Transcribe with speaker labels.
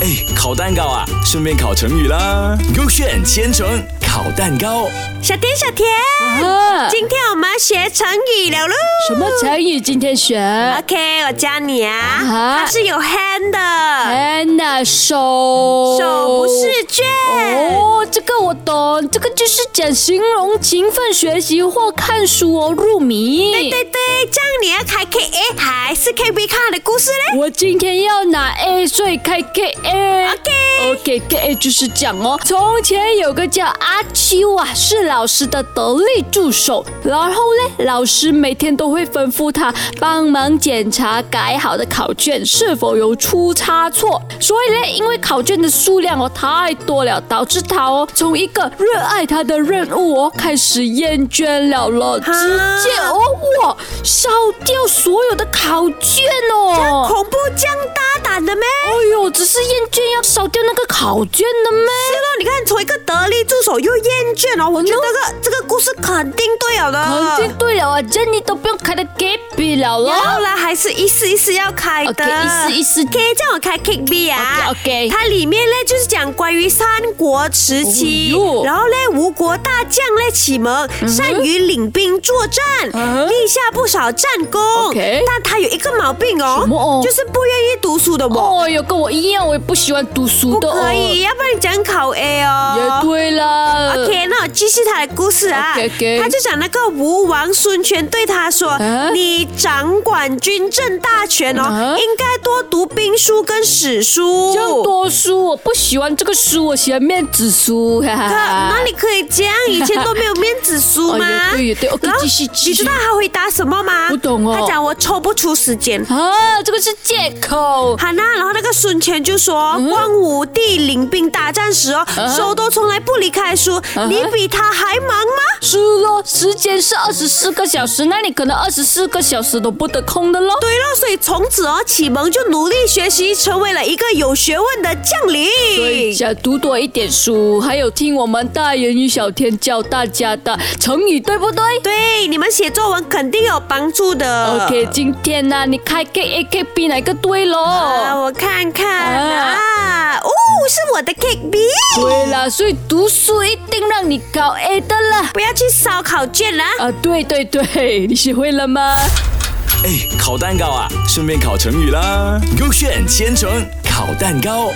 Speaker 1: 哎，烤蛋糕啊，顺便烤成语啦。勾选千层烤蛋糕，
Speaker 2: 小田，小田，
Speaker 3: 啊，
Speaker 2: 今天我们要学成语了喽。
Speaker 3: 什么成语今天学
Speaker 2: 啊 OK，我教你啊，
Speaker 3: 啊哎
Speaker 2: 它是有 hand 的，
Speaker 3: ？hand 手
Speaker 2: 手不释卷。
Speaker 3: 哦，这个我懂，这个就是讲形容勤奋学习或看书哦入迷。
Speaker 2: 对哎对对，这样你要开 K A 还是 K B 看的故事嘞？
Speaker 3: 我今天要拿 A，所以开 K A。
Speaker 2: OK
Speaker 3: OK K A 就是讲哦，从前有个叫阿秋啊，是老师的得力助手。然后呢，老师每天都会吩咐他帮忙检查改好的考卷是否有出差错。所以呢，因为考卷的数量哦太多了，导致他哦从一个热爱他的任务哦开始厌倦了了，直
Speaker 2: 哈
Speaker 3: 接哦我烧掉所有的考卷哦。
Speaker 2: 恐怖这样大胆的咩？
Speaker 3: 哎呦，只是厌倦要烧掉那个考卷的咩？
Speaker 2: 是咯，你看从一个得力助手又厌倦了，我觉得这个这个故事肯定对了的。
Speaker 3: 哦肯定对了啊，这你都不用开的给笔了咯。
Speaker 2: 要啦，还是一丝一丝要开的。
Speaker 3: 啊 OK，一丝一丝
Speaker 2: K，这样我开 K B 啊。
Speaker 3: OK，OK
Speaker 2: 它里面呢就是讲关于三国时期，
Speaker 3: 哦哟
Speaker 2: 然后呢吴国大将呢启蒙，善于领兵作战，
Speaker 3: 嗯
Speaker 2: 立下不少战功。
Speaker 3: OK
Speaker 2: 但他有一个毛病哦，
Speaker 3: 什么哦
Speaker 2: 就是不愿意读书的我。
Speaker 3: 哦哟，跟我一样，我也不喜欢读书
Speaker 2: 不
Speaker 3: 的哦。
Speaker 2: 可以，要不然你讲考 A 哦。
Speaker 3: 也对啦。
Speaker 2: OK，那我继续他的故事啊。
Speaker 3: OK，OK
Speaker 2: 他就讲那个吴王孙权对他说：“
Speaker 3: 啊
Speaker 2: 你掌管军政大权哦，
Speaker 3: 啊
Speaker 2: 应该多读兵书跟史书。”
Speaker 3: 这样多书，我不喜欢这个书，我喜欢面子书。哈哈
Speaker 2: 可。那你可以这样，以前都没有面子书
Speaker 3: 啊哦
Speaker 2: 吗？
Speaker 3: 也对也对，OK，
Speaker 2: 然后
Speaker 3: 继续继
Speaker 2: 你知
Speaker 3: 续
Speaker 2: 道。他回答什么吗？
Speaker 3: 不懂哦
Speaker 2: 他讲我抽不出时间。
Speaker 3: 啊，这个是借口。
Speaker 2: 好那，然后那个孙权就说，
Speaker 3: 嗯
Speaker 2: 光武帝领兵打仗时哦，
Speaker 3: 啊
Speaker 2: 手都从来不离开书，你比他还忙吗？
Speaker 3: 是咯，时间是二十四个小时，那你可能二十四个小时都不得空的咯。
Speaker 2: 对了，所以从此哦，启蒙就努力学习，成为了一个有学问的将领。
Speaker 3: 所以想读多一点书，还有听我们大人与小天教大家的成语，对不对？
Speaker 2: 对，你们写作文肯定有帮助的。
Speaker 3: OK，今天呢、你开 K A K B 哪个对喽？
Speaker 2: 啊，我看看啊，哦，是我的 cake B。
Speaker 3: 对啦，所以读书一定让你搞 A 的啦。
Speaker 2: 不要去烧考卷啦。
Speaker 3: 啊，对对对，你学会了吗？
Speaker 1: 哎，烤蛋糕啊，顺便烤成语啦。勾选千层烤蛋糕。